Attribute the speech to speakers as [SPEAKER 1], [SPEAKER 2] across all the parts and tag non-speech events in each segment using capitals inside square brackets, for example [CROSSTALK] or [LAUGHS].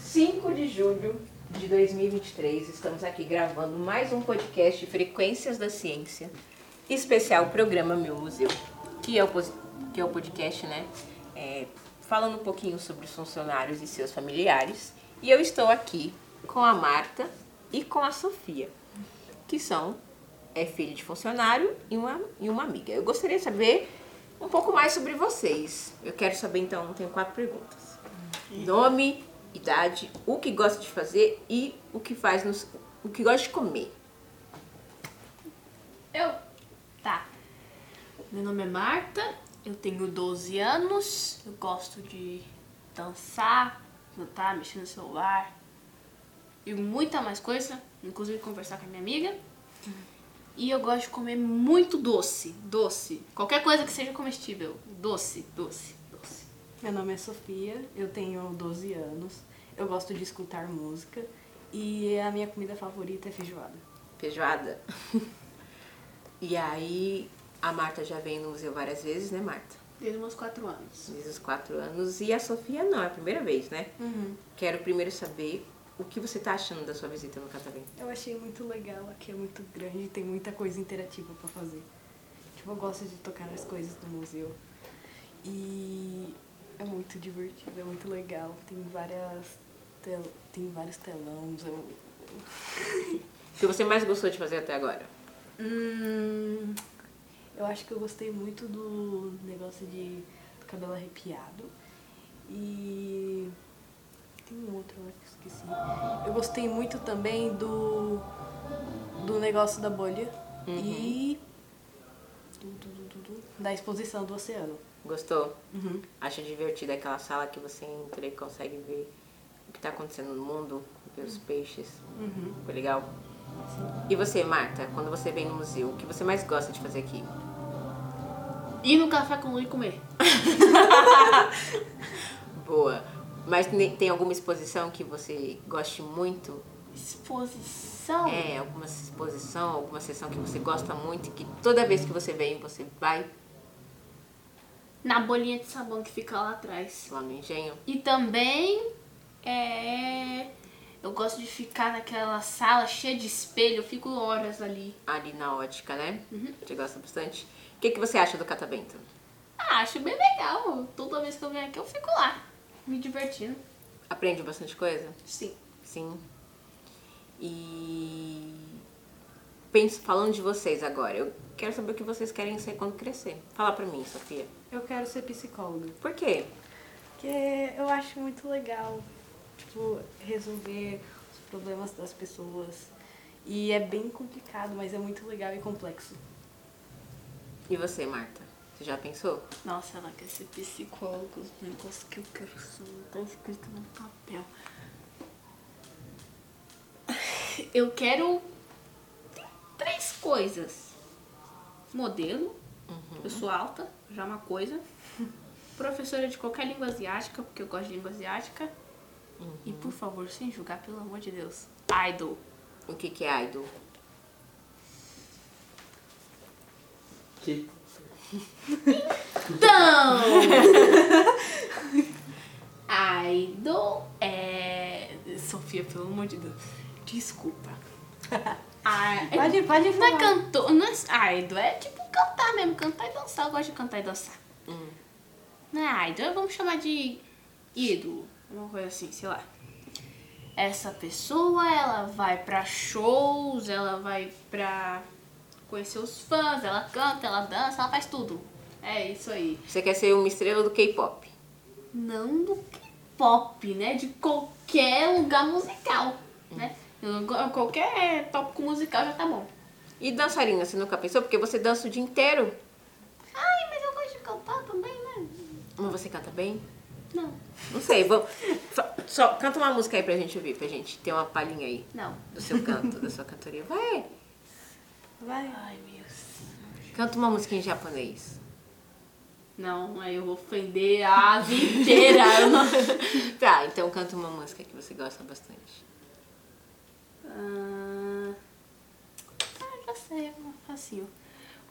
[SPEAKER 1] 5 de julho de 2023, estamos aqui gravando mais um podcast Frequências da Ciência, especial programa Meu Museu, que é o, pos- que é o podcast, né? é, falando um pouquinho sobre os funcionários e seus familiares. E eu estou aqui com a Marta e com a Sofia, que são é filha de funcionário e uma, e uma amiga. Eu gostaria de saber um pouco mais sobre vocês. Eu quero saber, então, eu tenho quatro perguntas. Nome, idade, o que gosta de fazer e o que faz nos, o que gosta de comer.
[SPEAKER 2] Eu. Tá. Meu nome é Marta, eu tenho 12 anos, eu gosto de dançar, cantar, mexer no celular e muita mais coisa, inclusive conversar com a minha amiga. E eu gosto de comer muito doce, doce. Qualquer coisa que seja comestível. Doce, doce, doce.
[SPEAKER 3] Meu nome é Sofia, eu tenho 12 anos, eu gosto de escutar música e a minha comida favorita é feijoada.
[SPEAKER 1] Feijoada. [LAUGHS] e aí, a Marta já veio no museu várias vezes, né, Marta?
[SPEAKER 2] Desde meus 4 anos.
[SPEAKER 1] Desde os quatro anos. E a Sofia não, é a primeira vez, né?
[SPEAKER 3] Uhum.
[SPEAKER 1] Quero primeiro saber o que você tá achando da sua visita no Catavento.
[SPEAKER 3] Eu achei muito legal, aqui é muito grande, tem muita coisa interativa pra fazer. Tipo, eu gosto de tocar nas coisas do museu e é muito divertido, é muito legal. Tem várias tel... tem vários telões, é eu...
[SPEAKER 1] O que você mais gostou de fazer até agora?
[SPEAKER 3] Hum, eu acho que eu gostei muito do negócio de cabelo arrepiado. E tem um outro lá que eu esqueci. Eu gostei muito também do do negócio da bolha e do- do- do- do- do- da exposição do oceano.
[SPEAKER 1] Gostou? Acha divertida aquela sala que você entra e consegue ver o que está acontecendo no mundo, ver os peixes. Foi legal? E você, Marta, quando você vem no museu, o que você mais gosta de fazer aqui?
[SPEAKER 2] E no café com e comer.
[SPEAKER 1] Boa. Mas ne- tem alguma exposição que você goste muito?
[SPEAKER 2] Exposição.
[SPEAKER 1] É, alguma exposição, alguma sessão que você gosta muito e que toda vez que você vem, você vai
[SPEAKER 2] Na bolinha de sabão que fica lá atrás.
[SPEAKER 1] lá no engenho?
[SPEAKER 2] E também é. Eu gosto de ficar naquela sala cheia de espelho, eu fico horas ali.
[SPEAKER 1] Ali na ótica, né? Você gosta bastante? O que, que você acha do catamento?
[SPEAKER 2] Ah, acho bem legal. Toda vez que eu venho aqui eu fico lá, me divertindo.
[SPEAKER 1] Aprende bastante coisa?
[SPEAKER 2] Sim.
[SPEAKER 1] Sim. E penso falando de vocês agora. Eu quero saber o que vocês querem ser quando crescer. Fala pra mim, Sofia.
[SPEAKER 3] Eu quero ser psicóloga.
[SPEAKER 1] Por quê?
[SPEAKER 3] Porque eu acho muito legal, tipo, resolver os problemas das pessoas. E é bem complicado, mas é muito legal e complexo.
[SPEAKER 1] E você, Marta? Você já pensou?
[SPEAKER 2] Nossa, ela quer ser psicóloga, os negócios que eu quero ser, tá escrito no papel. Eu quero três coisas. Modelo, eu sou alta, já é uma coisa. Professora de qualquer língua asiática, porque eu gosto de língua asiática. E por favor, sem julgar, pelo amor de Deus. Idol.
[SPEAKER 1] O que, que é idol?
[SPEAKER 4] Que
[SPEAKER 2] Então! Idol é. Sofia, pelo amor de Deus. Desculpa. Ah, é-
[SPEAKER 3] Pode, pode
[SPEAKER 2] Não é
[SPEAKER 3] falar.
[SPEAKER 2] cantor, não é idol, é tipo cantar mesmo, cantar e dançar. Eu gosto de cantar e dançar. Não é idol, vamos chamar de ídolo, uma coisa assim, sei lá. Essa pessoa, ela vai pra shows, ela vai pra conhecer os fãs, ela canta, ela dança, ela faz tudo. É isso aí.
[SPEAKER 1] Você quer ser uma estrela do K-pop?
[SPEAKER 2] Não do K-pop, né? De qualquer lugar musical, né? Eu- Qualquer tópico musical já tá bom.
[SPEAKER 1] E dançarina, você nunca pensou? Porque você dança o dia inteiro.
[SPEAKER 2] Ai, mas eu gosto de cantar também, né?
[SPEAKER 1] Mas você canta bem?
[SPEAKER 2] Não.
[SPEAKER 1] Não sei, vamos. Só, só canta uma música aí pra gente ouvir, pra gente ter uma palhinha aí
[SPEAKER 2] Não.
[SPEAKER 1] do seu canto, da sua cantoria. Vai!
[SPEAKER 3] Vai.
[SPEAKER 2] Ai, É meu Deus.
[SPEAKER 1] Canta uma musiquinha em japonês.
[SPEAKER 2] Não, aí eu vou ofender a asa [LAUGHS] inteira. Eu não-
[SPEAKER 1] Tá, então canta uma música que você gosta bastante.
[SPEAKER 2] Ah, É fácil.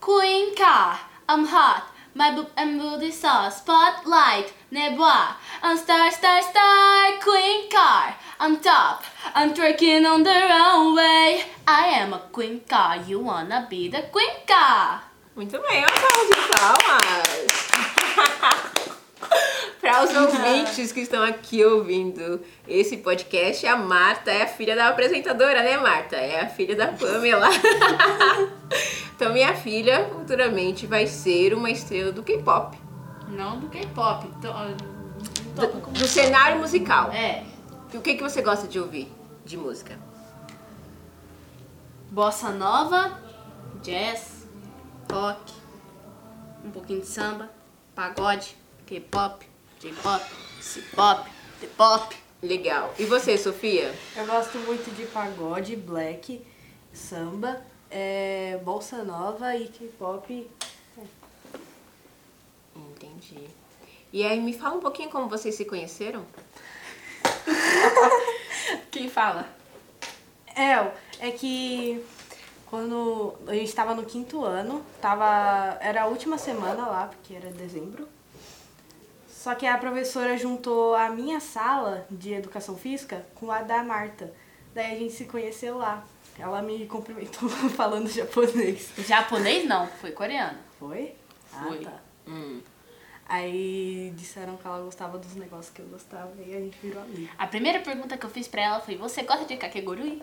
[SPEAKER 2] Queen car, I'm hot. My boob and booty saw spotlight, nebois. I'm star, star, star. Queen car, I'm top. I'm twerking on the runway. I am a queen car. You wanna be the queen car?
[SPEAKER 1] Muito bem, uma salva de palmas. [LAUGHS] Para os ouvintes que estão aqui ouvindo esse podcast, a Marta é a filha da apresentadora, né, Marta? É a filha da Pamela. [LAUGHS] então, minha filha futuramente vai ser uma estrela do K-pop,
[SPEAKER 2] Não do K-pop. então, ah,
[SPEAKER 1] do, do cenário musical.
[SPEAKER 2] É.
[SPEAKER 1] O que, que você gosta de ouvir de música?
[SPEAKER 2] Bossa nova, jazz, rock, um pouquinho de samba, pagode, K-pop, J-pop, C-pop, D-pop.
[SPEAKER 1] Legal. E você, Sofia?
[SPEAKER 3] Eu gosto muito de pagode, black, samba, é, bolsa nova e K-pop.
[SPEAKER 1] Entendi. E aí, me fala um pouquinho como vocês se conheceram?
[SPEAKER 2] Quem fala?
[SPEAKER 3] É, é que quando a gente tava no quinto ano, tava, era a última semana lá, porque era dezembro. Só que a professora juntou a minha sala de educação física com a da Marta. Daí a gente se conheceu lá. Ela me cumprimentou [LAUGHS] falando japonês.
[SPEAKER 2] Japonês não, foi coreano.
[SPEAKER 3] Foi?
[SPEAKER 2] Foi.
[SPEAKER 3] Ah, tá. Aí disseram que ela gostava dos negócios que eu gostava e a gente virou amigo.
[SPEAKER 2] A primeira pergunta que eu fiz pra ela foi: Você gosta de kakegurui?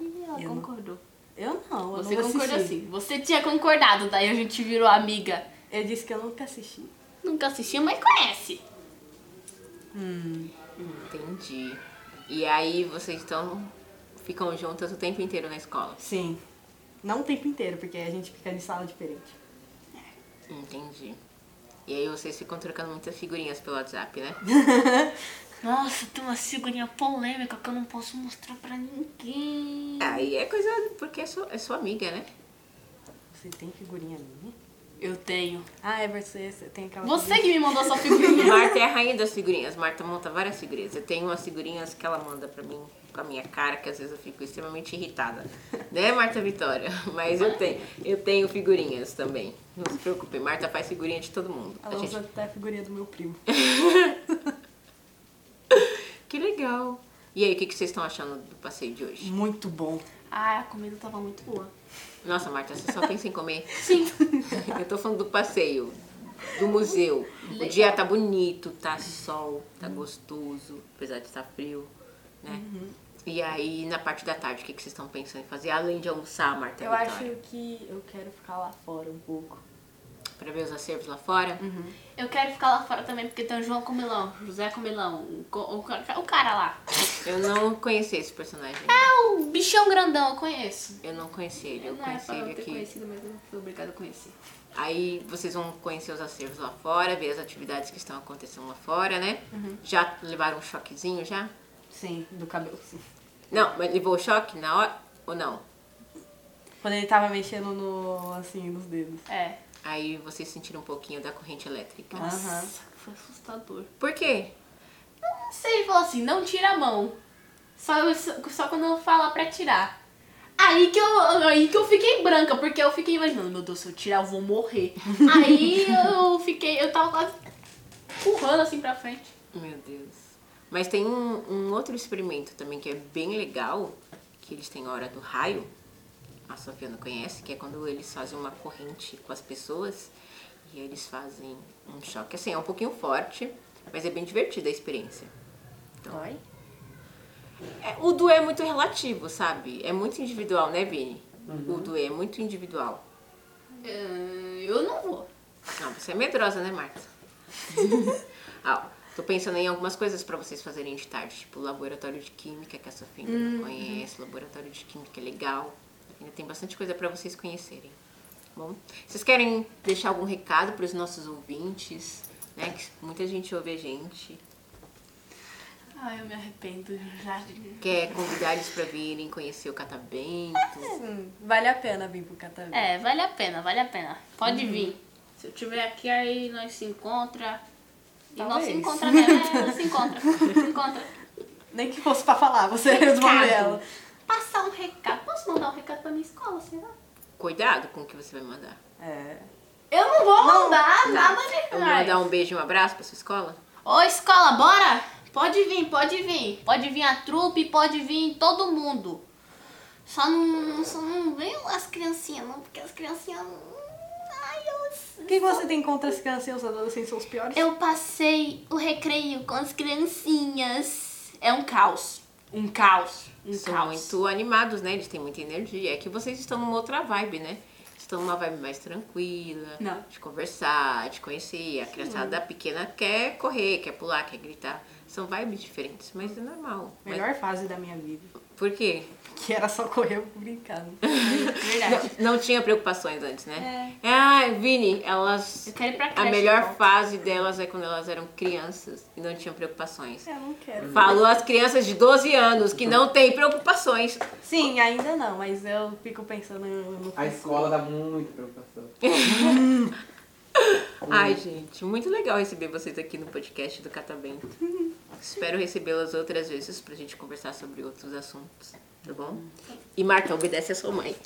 [SPEAKER 2] E ela
[SPEAKER 3] Eu não-
[SPEAKER 2] concordou.
[SPEAKER 3] Eu não, eu
[SPEAKER 2] Você
[SPEAKER 3] não
[SPEAKER 2] concordou assim?
[SPEAKER 3] assisti.
[SPEAKER 2] sim. Você tinha concordado, daí a gente virou amiga.
[SPEAKER 3] Eu disse que eu nunca assisti.
[SPEAKER 2] Nunca assistiu, mas conhece. Hum.
[SPEAKER 1] Entendi. E aí vocês estão ficam juntas o tempo inteiro na escola.
[SPEAKER 3] Sim. Não o tempo inteiro, porque a gente fica de sala diferente.
[SPEAKER 1] Entendi. E aí vocês ficam trocando muitas figurinhas pelo WhatsApp, né?
[SPEAKER 2] Nossa, tem uma figurinha polêmica que eu não posso mostrar pra ninguém.
[SPEAKER 1] Aí é coisa porque é sua, é sua amiga, né?
[SPEAKER 3] Você tem figurinha minha?
[SPEAKER 2] Eu tenho.
[SPEAKER 3] Ah, é você, você tem aquela.
[SPEAKER 2] Você que me mandou sua figurinha.
[SPEAKER 1] [LAUGHS]
[SPEAKER 2] [LAUGHS]
[SPEAKER 1] Marta é a rainha das figurinhas. Marta monta várias figurinhas. Eu tenho umas figurinhas que ela manda pra mim com a minha cara, que às vezes eu fico extremamente [LAUGHS] irritada. Né, Marta Vitória? Mas eu tenho, eu tenho figurinhas também. Não se preocupe, Marta faz figurinha de todo mundo. A
[SPEAKER 3] Ela
[SPEAKER 1] gente-
[SPEAKER 3] usa até a figurinha do meu primo.
[SPEAKER 1] [LAUGHS] Que legal. E aí, o que que vocês estão achando do passeio de hoje?
[SPEAKER 3] Muito bom.
[SPEAKER 2] ah, a comida tava muito boa.
[SPEAKER 1] Nossa, Marta, você só pensa em comer. [LAUGHS] Sim. Eu tô falando do passeio, do museu. O dia tá bonito, tá sol, tá gostoso, apesar de estar frio, né? E aí, na parte da tarde, o que, que vocês estão pensando em fazer? Além de almoçar, Marta
[SPEAKER 3] Eu acho
[SPEAKER 1] Vitória?
[SPEAKER 3] que eu quero ficar lá fora um pouco.
[SPEAKER 1] Pra ver os acervos lá fora?
[SPEAKER 2] Eu quero ficar lá fora também porque tem o João Comilão, José Comilão, o, co- o ca- o cara lá.
[SPEAKER 1] Eu não conheci esse personagem.
[SPEAKER 2] É o bichão grandão, eu conheço.
[SPEAKER 1] Eu não conheci ele, eu
[SPEAKER 2] não era
[SPEAKER 1] conheci
[SPEAKER 2] pra eu
[SPEAKER 1] ele
[SPEAKER 2] ter
[SPEAKER 1] aqui.
[SPEAKER 2] conhecido, mas eu fui obrigada a conhecer.
[SPEAKER 1] Aí vocês vão conhecer os acervos lá fora, ver as atividades que estão acontecendo lá fora, né? Já levaram um choquezinho já?
[SPEAKER 3] Sim, do cabelo, sim.
[SPEAKER 1] Não, mas levou o choque na hora ou não?
[SPEAKER 3] Quando ele tava mexendo no. assim, nos dedos.
[SPEAKER 2] É.
[SPEAKER 1] Aí vocês sentiram um pouquinho da corrente elétrica.
[SPEAKER 3] Aham.
[SPEAKER 2] Foi assustador.
[SPEAKER 1] Por quê?
[SPEAKER 2] Não sei, ele falou assim, não tira a mão. Só, só quando eu falar pra tirar. Aí que, eu, aí que eu fiquei branca, porque eu fiquei imaginando, meu Deus, se eu tirar eu vou [LAUGHS] morrer. aí eu fiquei, eu tava quase empurrando assim pra frente.
[SPEAKER 1] Meu Deus. Mas tem um, um outro experimento também que é bem legal, que eles têm a hora do raio, a Sofia não conhece, que é quando eles fazem uma corrente com as pessoas e eles fazem um choque. Assim, é um pouquinho forte, mas é bem divertida a experiência.
[SPEAKER 2] Dói?
[SPEAKER 1] É, o doer é muito relativo, sabe? É muito individual, né, Vini? O doer é muito individual.
[SPEAKER 2] Eh, eu não vou.
[SPEAKER 1] Não, você é medrosa, né, Marta? ah, tô pensando em algumas coisas pra vocês fazerem de tarde, tipo laboratório de química, que a Sofia ainda não conhece, laboratório de química é legal. Ainda tem bastante coisa pra vocês conhecerem. tá Bom, vocês querem deixar algum recado pros nossos ouvintes, né? Que muita gente ouve a gente.
[SPEAKER 2] Ai, Ah, eu me arrependo já. de-
[SPEAKER 1] Quer convidar eles pra virem conhecer o Catabento.
[SPEAKER 3] Hum, vale a pena vir pro Catarina.
[SPEAKER 2] É, vale a pena, vale a pena. Pode vir. Se eu tiver aqui, aí nós se encontra. E nós se
[SPEAKER 3] Talvez.
[SPEAKER 2] encontra [LAUGHS] mesmo, é, nós se encontra. Se encontra.
[SPEAKER 3] Nem que fosse pra falar, você resolveu
[SPEAKER 2] Recado.
[SPEAKER 3] ela.
[SPEAKER 2] Passar um recado. Posso mandar um recado pra minha escola, será?
[SPEAKER 1] Cuidado com o que você vai mandar.
[SPEAKER 3] É.
[SPEAKER 2] Eu não vou mandar nada de
[SPEAKER 1] Eu vou um-
[SPEAKER 2] nós.
[SPEAKER 1] mandar um beijo e um abraço pra sua escola?
[SPEAKER 2] Ô, escola, bora? Pode vir, pode vir. Pode vir a trupe, pode vir todo mundo. Só não, só não vem as criancinhas, não, porque as criancinhas... não- Ai, eu...
[SPEAKER 3] O que você tem contra as crianças e os adolescentes são os piores?
[SPEAKER 2] Eu passei o recreio com as criancinhas. É um caos. Um caos. Um
[SPEAKER 1] São
[SPEAKER 2] caos.
[SPEAKER 1] muito animados, né? Eles têm muita energia. É que vocês estão numa outra vibe, né? Estão numa vibe mais tranquila.
[SPEAKER 2] Não.
[SPEAKER 1] De conversar, de conhecer. A criançada pequena quer correr, quer pular, quer gritar. São vibes diferentes, mas é normal. Mas
[SPEAKER 3] Melhor fase da minha vida.
[SPEAKER 1] por quê?
[SPEAKER 3] Que era só correr e brincar. né?
[SPEAKER 2] Verdade.
[SPEAKER 1] Não tinha preocupações antes, né? É. Ah, Vini, elas.
[SPEAKER 2] Eu quero ir pra
[SPEAKER 1] A
[SPEAKER 2] creche,
[SPEAKER 1] melhor
[SPEAKER 2] então.
[SPEAKER 1] fase delas é quando elas eram crianças e não tinham preocupações.
[SPEAKER 3] Eu não quero.
[SPEAKER 1] Falou as crianças de 12 anos que não têm preocupações.
[SPEAKER 3] Sim, ainda não, mas eu fico pensando no
[SPEAKER 4] A escola dá muita preocupação.
[SPEAKER 1] Ai, gente, muito legal receber vocês aqui no podcast do Catavento. Espero recebê-las outras vezes pra gente conversar sobre outros assuntos, tá bom? E Marta, obedece a sua mãe.